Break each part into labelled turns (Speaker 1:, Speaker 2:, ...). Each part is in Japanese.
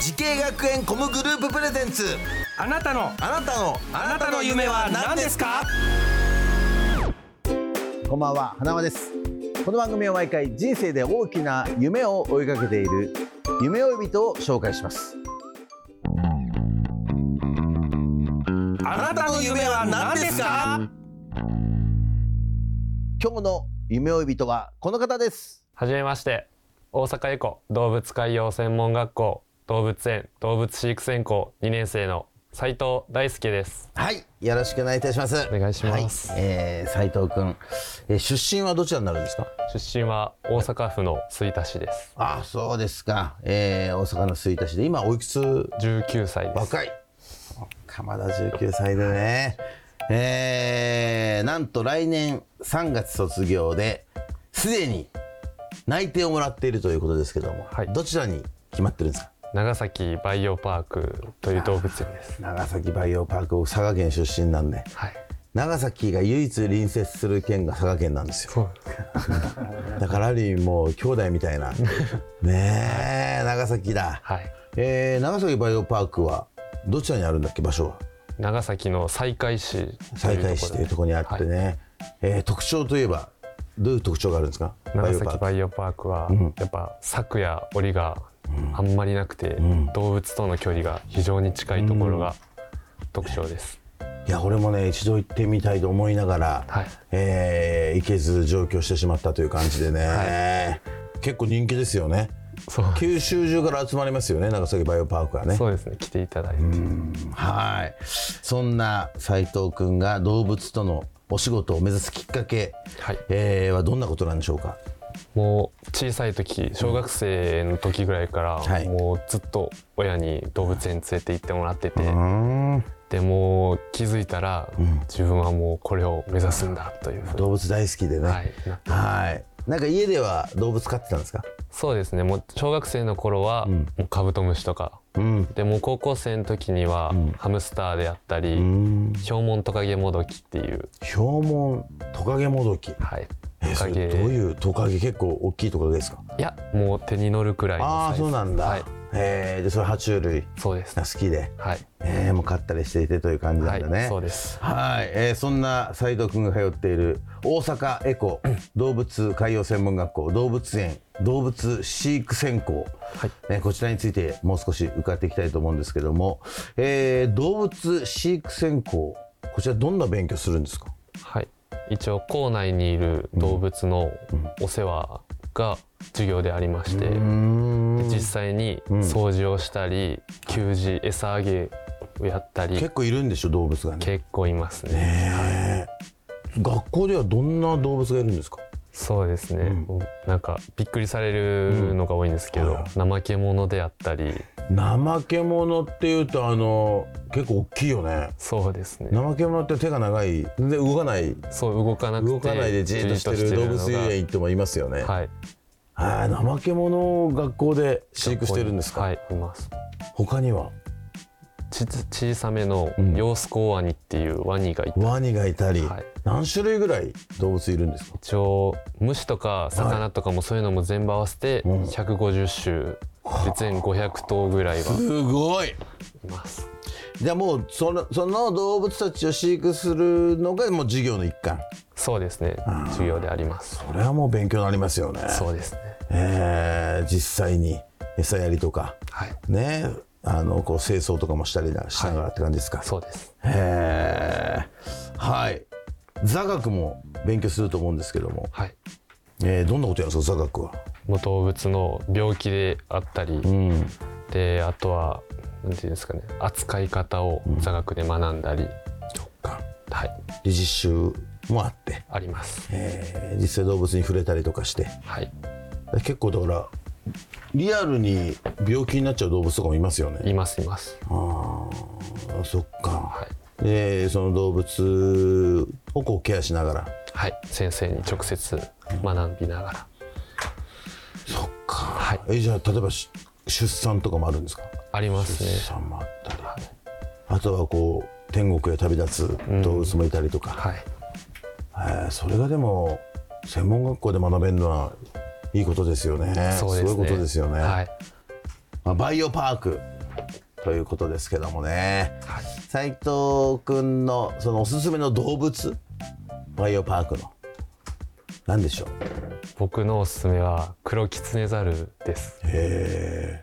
Speaker 1: 時系学園コムグループプレゼンツ
Speaker 2: あなたの
Speaker 1: あなたのあなたの夢は何ですか
Speaker 3: こんばんは花輪ですこの番組は毎回人生で大きな夢を追いかけている夢追い人を紹介します
Speaker 1: あなたの夢は何ですか
Speaker 3: 今日の夢追い人はこの方です
Speaker 4: はじめまして大阪エコ動物海洋専門学校動物園動物飼育専攻2年生の斉藤大輔です
Speaker 1: はいよろしくお願いいたします
Speaker 4: お願いします
Speaker 1: はいえー、斉藤君、えー、出身はどちらになるんですか
Speaker 4: 出身は大阪府の吹田市です
Speaker 1: ああそうですか、えー、大阪の吹田市で今おいくつ
Speaker 4: 19歳です
Speaker 1: 若い鎌田19歳でねえー、なんと来年3月卒業ですでに内定をもらっているということですけども、
Speaker 4: はい
Speaker 1: どちらに決まってるんですか
Speaker 4: 長崎バイオパークという動物園です
Speaker 1: 長崎バイオパーク僕佐賀県出身なんで
Speaker 4: はい
Speaker 1: 長崎が唯一隣接する県が佐賀県なんですよ
Speaker 4: そう
Speaker 1: だからある意味もう兄弟みた いなねえ長崎だ、
Speaker 4: はい
Speaker 1: えー、長崎バイオパークはどちらにあるんだっけ場所は
Speaker 4: 長崎の西海市という
Speaker 1: 再開市というところにあってね、えー特徴といえばどういう特徴があるんですか
Speaker 4: 長崎バ
Speaker 1: イ
Speaker 4: イオパークは
Speaker 1: ん
Speaker 4: やっぱ柵や檻があんまりなくて、動物との距離が非常に近いところが特徴です、
Speaker 1: オいや俺もね一度行ってみたいと思いながら、
Speaker 4: はい
Speaker 1: えー行けず上京してしまったという感じでね、結構人気ですよね
Speaker 4: そう
Speaker 1: 九州中から集まりますよね長崎バイオパークはね
Speaker 4: そうですね来ていただいて、
Speaker 1: はいそんな斉藤君が動物とのお仕事を目指すきっかけ、
Speaker 4: はい
Speaker 1: えーはどんなことなんでしょうか
Speaker 4: もう小さい時小学生の時ぐらいから、
Speaker 1: はい
Speaker 4: もうずっと親に動物園連れて行ってもらってて、でもう気づいたら、自分はもうこれを目指すんだというふうに、
Speaker 1: 動物大好きでね
Speaker 4: はい、
Speaker 1: はいなんか家では動物飼ってたんですか
Speaker 4: そうですねもう小学生の頃は、もうカブトムシとか
Speaker 1: うん
Speaker 4: でもう高校生の時には、ハムスターであったり、ヒョウモントカゲモドキっていう、
Speaker 1: 表門トカゲもどき
Speaker 4: はい、
Speaker 1: えそれどういうトカゲ結構大きいところですか
Speaker 4: いやもう手に乗るくらいの
Speaker 1: ああ
Speaker 4: サイズ
Speaker 1: そうなんだ、
Speaker 4: はい、
Speaker 1: えーでそれ爬虫類
Speaker 4: そうです
Speaker 1: が好きで、
Speaker 4: はい、
Speaker 1: えーもう飼ったりしていてという感じな
Speaker 4: は
Speaker 1: ん
Speaker 4: い
Speaker 1: だね、
Speaker 4: そうです
Speaker 1: はい、えーそんな斉藤君が通っている大阪エコ 動物海洋専門学校動物園動物飼育専攻、
Speaker 4: はい
Speaker 1: ね、こちらについてもう少し伺っていきたいと思うんですけども、えー動物飼育専攻こちらどんな勉強するんですか
Speaker 4: はい、一応校内にいる動物のお世話が授業でありまして、で実際に掃除をしたり、給餌餌あげをやったり
Speaker 1: 結構いるんでしょ動物がね
Speaker 4: 結構いますね
Speaker 1: 学校ではどんな動物がいるんですか
Speaker 4: そうですね、もうなんかびっくりされるのが多いんですけど、怠け者であったり
Speaker 1: 怠け者っていうとあの結構大きいよね
Speaker 4: そうですね
Speaker 1: 怠け者って手が長い全然動かない
Speaker 4: そう動かなくて
Speaker 1: 動かないでじーっとしてる動物園
Speaker 4: 園
Speaker 1: 行ってもいますよね、
Speaker 4: はい
Speaker 1: ああ怠け者を学校で飼育してるんですか、
Speaker 4: はいいます
Speaker 1: 他には
Speaker 4: ち小さめのヨウスコウワニっていうワニがいて
Speaker 1: ワニがいたり、
Speaker 4: はい
Speaker 1: 何種類ぐらい動物いるんですか
Speaker 4: 一応虫とか魚とかもそういうのも全部合わせて150種で全500頭ぐらいは
Speaker 1: すごい
Speaker 4: います
Speaker 1: じゃあもうそのその動物たちを飼育するのがもう授業の一環
Speaker 4: そうですね授業であります
Speaker 1: これはもう勉強になりますよね
Speaker 4: そうですね
Speaker 1: えー実際に餌やりとか
Speaker 4: はい
Speaker 1: ねあのこう清掃とかもしたりなしながらって感じですか、
Speaker 4: そうです
Speaker 1: へえはい座学も勉強すると思うんですけども、
Speaker 4: はい
Speaker 1: えーどんなことやるんですか座学は
Speaker 4: もう動物の病気であったりであとはなんていうんですかね扱い方を座学で学んだりはい
Speaker 1: で実習もあって、
Speaker 4: あります
Speaker 1: えー実際動物に触れたりとかして
Speaker 4: はい
Speaker 1: 結構だからリアルに病気になっちゃう動物とかもいますよね
Speaker 4: いますいます
Speaker 1: あそっか、
Speaker 4: はい
Speaker 1: でその動物をこうケアしながら
Speaker 4: はい先生に直接学びながら
Speaker 1: そっか、
Speaker 4: はい
Speaker 1: えじゃあ例えばし出産とかもあるんですか
Speaker 4: ありますね
Speaker 1: 出産もあったり、あとはこう天国へ旅立つ動物もいたりとか、
Speaker 4: はい
Speaker 1: えーそれがでも専門学校で学べるのはいいことですよね
Speaker 4: そうですね
Speaker 1: ごいことですよね、
Speaker 4: はい
Speaker 1: まあ、バイオパークということですけどもね
Speaker 4: はい
Speaker 1: 斉藤君のそのおすすめの動物バイオパークの何でしょう
Speaker 4: 僕のおすすめは黒キツネザルです
Speaker 1: へえ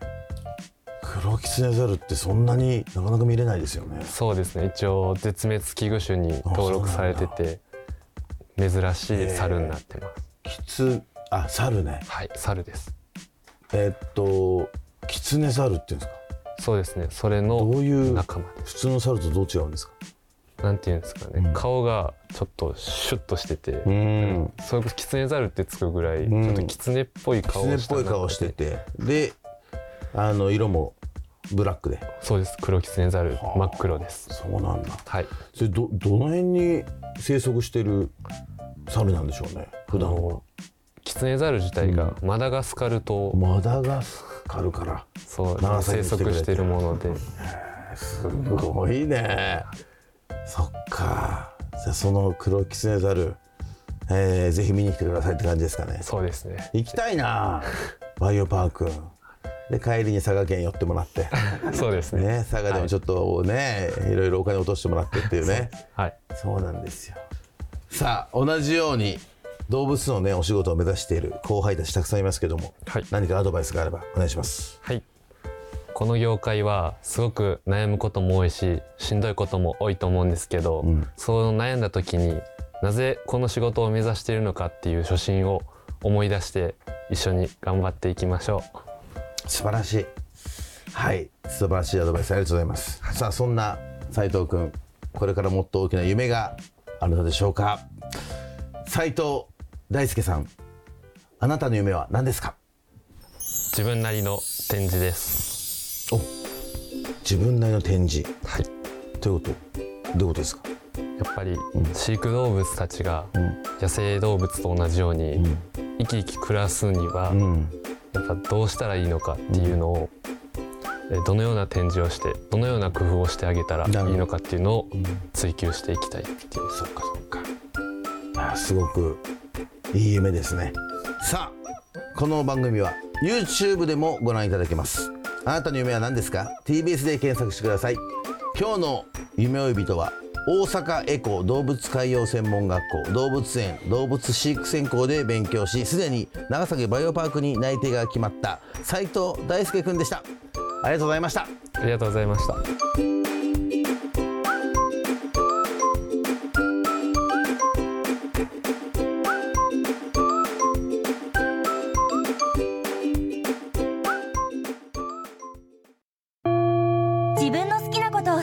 Speaker 1: 黒キツネザルってそんなになかなか見れないですよね
Speaker 4: そうですね一応絶滅危惧種に登録されてて珍しい猿になってます
Speaker 1: キツあサルね
Speaker 4: はい猿です
Speaker 1: えっとキツネザルっていうんですか
Speaker 4: そうですねそれ
Speaker 1: ど
Speaker 4: の
Speaker 1: ういう
Speaker 4: 仲間
Speaker 1: 普通のサルとどう違うんですか
Speaker 4: なんていうんですかね、顔がちょっとシュッとしてて、
Speaker 1: ん
Speaker 4: それこそキツネザルってつくぐらい、
Speaker 1: ん
Speaker 4: ちょっとキツネっぽい
Speaker 1: キツ
Speaker 4: 顔を
Speaker 1: ネっ
Speaker 4: した
Speaker 1: ぽい顔しててであの色もブラックで
Speaker 4: そうです黒キツネザル
Speaker 1: はあ
Speaker 4: 真っ黒です
Speaker 1: そうなんだ
Speaker 4: はい
Speaker 1: それどどの辺に生息してるサルなんでしょうね普段は
Speaker 4: キツネザル自体がマダガスカル島、
Speaker 1: マダガスカルから
Speaker 4: そう
Speaker 1: 長崎
Speaker 4: 生
Speaker 1: に来てくれて
Speaker 4: 息しているものです
Speaker 1: ごいねそっかじゃあその黒キツネザル、えー、ぜひ見に来てくださいって感じですかね
Speaker 4: そうですね
Speaker 1: 行きたいなバイオパークで帰りに佐賀県寄ってもらって
Speaker 4: そうです ね
Speaker 1: ね佐賀でもちょっとね、い、ろいろお金落としてもらってっていうね
Speaker 4: はい
Speaker 1: そうなんですよさあ同じように動物のねお仕事を目指している後輩たちたくさんいますけども、
Speaker 4: はい
Speaker 1: 何かアドバイスがあればお願いします
Speaker 4: はいこの業界はすごく悩むことも多いししんどいことも多いと思うんですけど、その悩んだ時になぜこの仕事を目指しているのかっていう初心を思い出して一緒に頑張っていきましょう
Speaker 1: 素晴らしいはい素晴らしいアドバイスありがとうございますさあそんな斉藤君これからもっと大きな夢があるのでしょうか斉藤大輔さんあなたの夢は何ですか
Speaker 4: 自分なりの展示です
Speaker 1: 自分なりの展示
Speaker 4: はい
Speaker 1: ということどういうことですか
Speaker 4: やっぱり飼育動物たちが野生動物と同じように生き生き暮らすには
Speaker 1: うん
Speaker 4: やっぱどうしたらいいのかっていうのをえーどのような展示をしてどのような工夫をしてあげたらいい
Speaker 1: なるほど
Speaker 4: のかっていうのを追求していきたいっていう
Speaker 1: そっかそっかあーすごくいい夢ですねさあこの番組は YouTube でもご覧いただけますあなたの夢は何ですか TBS で検索してください今日の夢追い人は大阪エコ動物海洋専門学校動物園動物飼育専攻で勉強しすでに長崎バイオパークに内定が決まった斉藤大輔君でしたありがとうございました
Speaker 4: ありがとうございました
Speaker 5: 自分の好きなことを